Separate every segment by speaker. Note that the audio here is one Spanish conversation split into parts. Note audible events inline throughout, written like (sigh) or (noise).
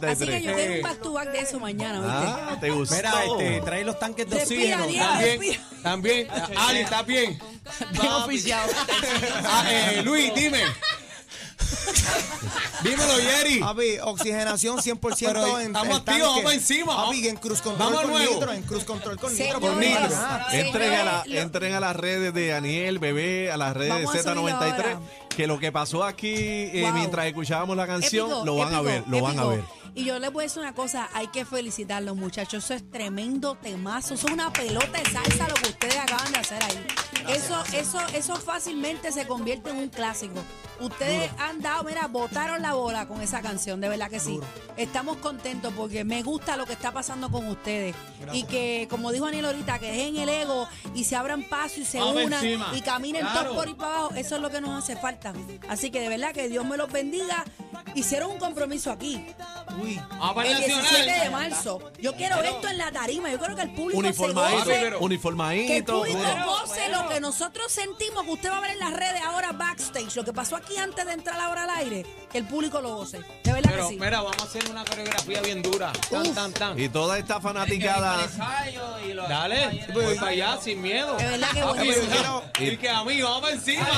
Speaker 1: Así que yo tengo
Speaker 2: Sí.
Speaker 1: un back to back de eso mañana, ¿viste?
Speaker 3: Ah, te gustó.
Speaker 2: Mira, este, trae los tanques de
Speaker 1: Respira,
Speaker 2: oxígeno.
Speaker 1: Diego,
Speaker 2: También,
Speaker 1: respira.
Speaker 2: también. Ali, ¿estás bien?
Speaker 4: Bien oficial.
Speaker 2: Ah, eh, Luis, dime. Dímelo, Jerry.
Speaker 3: Ah,
Speaker 4: Papi, oxigenación 100%
Speaker 2: Pero
Speaker 4: en
Speaker 2: estamos
Speaker 4: en tanque.
Speaker 2: activos, vamos encima, vamos.
Speaker 4: Papi, en cruz control
Speaker 2: Vamos
Speaker 4: con
Speaker 2: nuevo.
Speaker 4: nitro, en cruz control con nitro.
Speaker 1: Señores,
Speaker 4: con nitro. Ah,
Speaker 1: señores,
Speaker 3: Entren a, la-
Speaker 1: lo-
Speaker 3: entren a las redes de Daniel, Bebé, a las redes
Speaker 1: Vamos a
Speaker 3: de Z93,
Speaker 1: subirlo
Speaker 3: que lo que pasó aquí eh,
Speaker 1: Wow.
Speaker 3: mientras escuchábamos la canción,
Speaker 1: Épico,
Speaker 3: lo van a
Speaker 1: épico,
Speaker 3: ver, lo van a
Speaker 1: épico.
Speaker 3: ver.
Speaker 1: Y yo les voy a decir una cosa, hay que felicitarlos, muchachos. Eso es tremendo temazo. Eso es una pelota de salsa lo que ustedes acaban de hacer ahí. eso, eso, eso fácilmente se convierte en un clásico. Ustedes han dado, mira, botaron la bola con esa canción, de verdad que sí. Estamos contentos porque me gusta lo que está pasando con ustedes. Y que, como dijo Aniel ahorita, que dejen el ego y se abran paso y se
Speaker 2: Vamos
Speaker 1: unan
Speaker 2: encima.
Speaker 1: y caminen
Speaker 2: Claro.
Speaker 1: todos por ahí para abajo. Eso es lo que nos hace falta. Así que de verdad que Dios me los bendiga. Hicieron un compromiso aquí.
Speaker 4: Uy,
Speaker 2: Ah, para
Speaker 1: El
Speaker 2: el
Speaker 1: 17 de
Speaker 2: nacional.
Speaker 1: marzo. Yo quiero esto en la tarima. Yo quiero que el público se
Speaker 3: Uniformadito,
Speaker 1: goce.
Speaker 2: pero-
Speaker 1: Que el
Speaker 3: uniformadito.
Speaker 1: público goce lo que nosotros sentimos, que usted va a ver en las redes ahora backstage, lo que pasó aquí antes de entrar ahora al aire, que el público lo goce. De verdad
Speaker 2: Pero,
Speaker 1: que sí.
Speaker 2: mira, vamos a hacer una coreografía bien dura. Tan,
Speaker 1: Uf.
Speaker 2: tan, tan.
Speaker 3: Y toda esta fanaticada.
Speaker 2: Dale, voy para allá sin miedo.
Speaker 1: De verdad que
Speaker 2: Papi,
Speaker 1: buenísimo.
Speaker 2: yo quiero- Y que a mí, vamos para encima.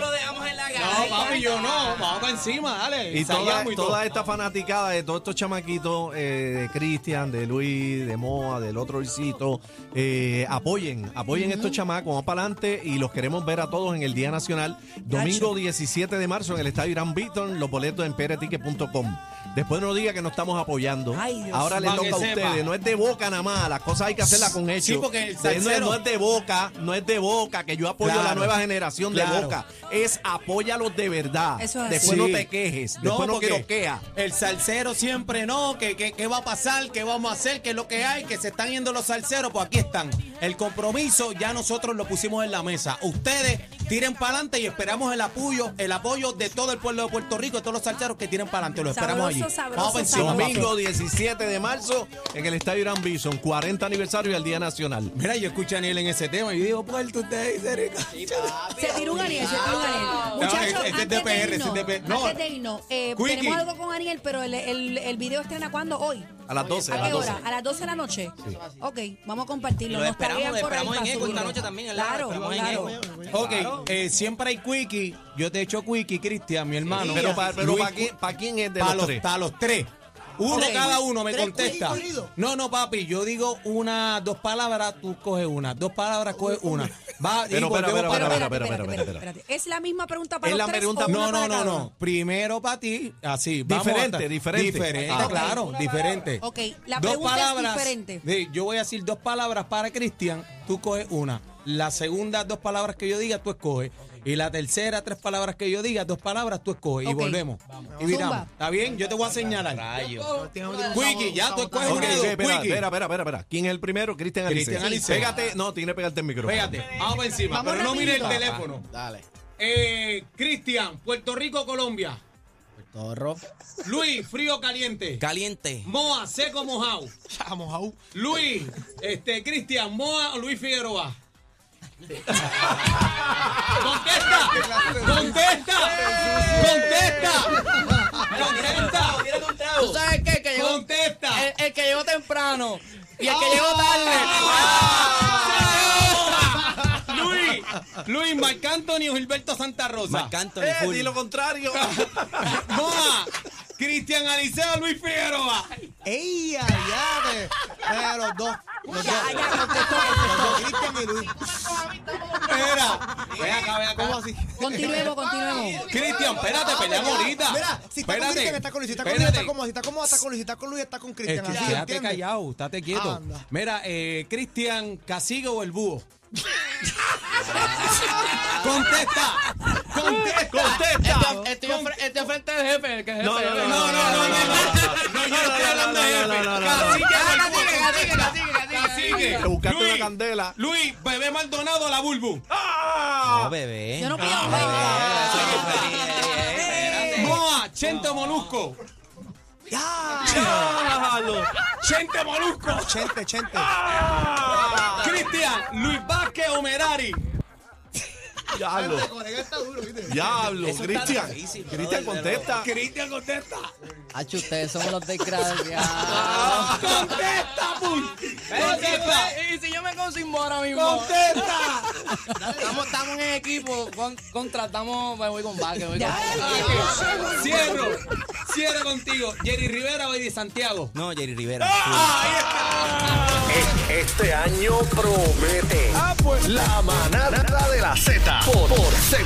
Speaker 4: lo dejamos en la
Speaker 2: No, papi, yo no. Vamos para encima, dale.
Speaker 3: Y toda,
Speaker 2: Ensayamos y todo.
Speaker 3: toda esta fanaticada de todos estos chamaquitos, eh, de Cristian, de Luis, de Moa, del otro Luisito, eh, apoyen, apoyen estos chamacos, vamos para adelante y los queremos ver a todos en el Día Nacional, domingo 17 de marzo en el Estadio Irán Beaton, los boletos en peretique.com. Después no diga que no estamos apoyando.
Speaker 1: Ay, Dios
Speaker 3: Ahora les
Speaker 2: Para que
Speaker 3: toca a ustedes,
Speaker 2: sepa.
Speaker 3: no es de boca nada más, las cosas hay que hacerlas con hechos.
Speaker 2: porque el
Speaker 3: De- no, es-
Speaker 2: salsero-
Speaker 3: no es de boca, no es de boca, que yo apoyo a la
Speaker 2: Claro,
Speaker 3: nueva generación de
Speaker 2: claro.
Speaker 3: boca, es apóyalos de verdad.
Speaker 1: Eso es así.
Speaker 3: Después no
Speaker 2: Sí.
Speaker 3: te quejes, después no,
Speaker 2: porque
Speaker 3: quiroquea.
Speaker 2: El salsero siempre no, que, que, que va a pasar, que vamos a hacer, que es lo que hay, que se están yendo los salseros, pues aquí están. El compromiso ya nosotros lo pusimos en la mesa. Ustedes tiren para adelante y esperamos el apoyo, el apoyo de todo el pueblo de Puerto Rico, de todos los salseros que tiren para adelante. Lo esperamos
Speaker 1: Sabroso,
Speaker 2: allí.
Speaker 1: sabroso,
Speaker 2: vamos para encima,
Speaker 1: sabroso.
Speaker 3: Domingo
Speaker 2: papi.
Speaker 3: 17 de marzo en el Estadio Irán Bison, 40 aniversario y el Día Nacional.
Speaker 2: Mira, yo escucho a Aniel en ese tema y yo digo, Puerto, ustedes dicen
Speaker 1: Se tiró un Aniel, se tiró un Aniel. Muchachos,
Speaker 2: este es
Speaker 1: antes,
Speaker 2: DPR, este
Speaker 1: de
Speaker 2: es
Speaker 1: irnos,
Speaker 2: DPR. No.
Speaker 1: antes de irnos, eh,
Speaker 2: Quickie.
Speaker 1: tenemos algo con Aniel, pero el, el, el video estrena cuando hoy.
Speaker 3: A las 12,
Speaker 1: ¿A
Speaker 3: a
Speaker 1: qué
Speaker 3: las 12.
Speaker 1: hora? ¿A las 12 de la noche? Ok, vamos a compartirlo.
Speaker 5: Lo
Speaker 1: No está
Speaker 5: esperamos,
Speaker 1: bien
Speaker 5: lo
Speaker 1: por ahí
Speaker 5: esperamos en
Speaker 1: para
Speaker 5: Eco esta
Speaker 1: subirlo.
Speaker 5: noche también, ¿verdad?
Speaker 1: Claro,
Speaker 5: Esperamos en
Speaker 1: claro.
Speaker 5: Eco.
Speaker 2: Ok, eh, siempre hay quickie. Yo te echo quickie, Cristian, mi hermano.
Speaker 3: Pero para
Speaker 2: Luis-
Speaker 3: quién, pa' quién es de
Speaker 2: Para
Speaker 3: los
Speaker 2: los,
Speaker 3: tres?
Speaker 2: pa' los tres. Uno
Speaker 1: Ok.
Speaker 2: cada uno me
Speaker 4: ¿Tres
Speaker 2: contesta.
Speaker 4: cuiquis corridos?
Speaker 2: No, no, papi, yo digo una, dos palabras, tú coges una. Dos palabras, coges una. Va, y
Speaker 3: Pero, espera,
Speaker 2: volvemos
Speaker 3: espera,
Speaker 2: para
Speaker 3: espera,
Speaker 2: atrás.
Speaker 3: espera, espera, espera,
Speaker 1: Es la misma pregunta para
Speaker 3: Es
Speaker 1: los
Speaker 3: la
Speaker 1: tres
Speaker 3: pregunta-
Speaker 1: o una
Speaker 2: No, no,
Speaker 1: para
Speaker 2: no,
Speaker 1: cada
Speaker 2: no.
Speaker 1: uno?
Speaker 2: Primero para ti, así. vamos
Speaker 3: Diferente,
Speaker 2: hasta-
Speaker 3: diferente.
Speaker 2: Diferente,
Speaker 3: Ah, ok.
Speaker 2: claro, diferente.
Speaker 1: Ok, la pregunta es diferente.
Speaker 2: sí, yo voy a decir dos palabras para Cristian, tú coges una. Las segundas dos palabras que yo diga, tú escoges. Y la tercera, tres palabras que yo diga, dos palabras, tú escoges.
Speaker 1: Ok.
Speaker 2: Y volvemos. Y viramos. ¿Está bien? Yo te voy a señalar. Wiki, ya tú escoges
Speaker 3: Ok,
Speaker 2: un dedo,
Speaker 3: ok, espera,
Speaker 2: Wiki.
Speaker 3: espera, espera, espera, espera. ¿Quién es el primero? Cristian Alice.
Speaker 2: Cristian Alice.
Speaker 3: Pégate, no, tiene que pegarte el micrófono.
Speaker 2: Pégate, vamos por encima,
Speaker 1: Vamos
Speaker 2: pero no mire el
Speaker 1: rapidito.
Speaker 2: teléfono.
Speaker 5: Dale.
Speaker 2: Eh, Cristian, Puerto Rico, Colombia.
Speaker 5: Torro.
Speaker 2: Luis, frío caliente.
Speaker 5: Caliente.
Speaker 2: Moa, seco mojado.
Speaker 5: Vamos, au.
Speaker 2: Luis, este, Cristian, Moa o Luis Figueroa. ¡Contesta! ¡Contesta! ¡Contesta! ¡Contesta!
Speaker 5: ¿Tú sabes qué? El que llegó,
Speaker 2: ¡Contesta!
Speaker 5: el, el que llegó temprano y el que llegó tarde.
Speaker 2: Luis, Luis, Marc Anthony o Gilberto Santa Rosa.
Speaker 5: Marcanto,
Speaker 3: Eh, di lo (laughs) contrario.
Speaker 2: Moa, Cristian Alicea, Luis Figueroa.
Speaker 4: ¡Ey, ya! te- eh, los dos. Los dos. Los dos, Cristian y Luis.
Speaker 2: Espera, ven acá, ven acá.
Speaker 4: ¿Cómo así?
Speaker 1: Continuemos, continuemos.
Speaker 2: Cristian, espérate,
Speaker 4: Ah,
Speaker 2: peleamos
Speaker 4: mira,
Speaker 2: ahorita.
Speaker 4: Mira, si está con
Speaker 2: Espérate,
Speaker 4: Cristian, está con Luis. Si está con Luis,
Speaker 2: espérate.
Speaker 4: está con Moa, Si está con Moa, está con Luis. Si está con Luis, está con
Speaker 2: Es
Speaker 4: Cristian.
Speaker 2: que
Speaker 4: Así,
Speaker 2: quédate
Speaker 4: ¿entiendes?
Speaker 2: callado, estate quieto.
Speaker 4: Anda.
Speaker 2: Mira, eh, Cristian, ¿Casigo o
Speaker 4: (laughs)
Speaker 2: el búho? contesta, contesta,
Speaker 5: Estoy, estoy, enfre- estoy enfrente del jefe. el que es jefe.
Speaker 3: No, no, no,
Speaker 2: No, no, no, no, no, no, yo no estoy hablando de
Speaker 3: no, no,
Speaker 2: jefe.
Speaker 3: no, no, no.
Speaker 2: Cacique
Speaker 5: cacique, cacique, cacique.
Speaker 2: Cacique.
Speaker 3: Buscate una
Speaker 2: Luis,
Speaker 3: candela.
Speaker 2: Luis, bebé Maldonado, la Bulbu.
Speaker 5: No, bebé.
Speaker 1: Yo no pido
Speaker 5: Ah,
Speaker 1: bebé.
Speaker 5: bebé, eso es feliz, eh, eh, espérate.
Speaker 2: Moa, Chente Molusco. Chente Molusco.
Speaker 4: Chente, chente.
Speaker 2: Cristian, Luis Vázquez Omerari.
Speaker 3: Diablo. Diablo,
Speaker 5: Eso está
Speaker 3: Cristian.
Speaker 5: difícil, brother,
Speaker 3: Cristian,
Speaker 5: de
Speaker 3: contesta.
Speaker 2: Cristian, contesta.
Speaker 6: Hacho, ustedes son unos
Speaker 1: (laughs)
Speaker 6: desgraciados.
Speaker 2: Contesta, puy. Contesta.
Speaker 5: Pero, ¿Y si yo me consigo ahora mismo?
Speaker 2: Contesta.
Speaker 5: Estamos, estamos en equipo. Con, contratamos. Me voy con Vázquez. voy con
Speaker 1: Ya,
Speaker 5: Vázquez.
Speaker 2: Cierro. Cierro contigo. Jerry Rivera o de Santiago.
Speaker 6: No, Jerry Rivera.
Speaker 7: E- Este año promete. La manada de la Z por, por Z.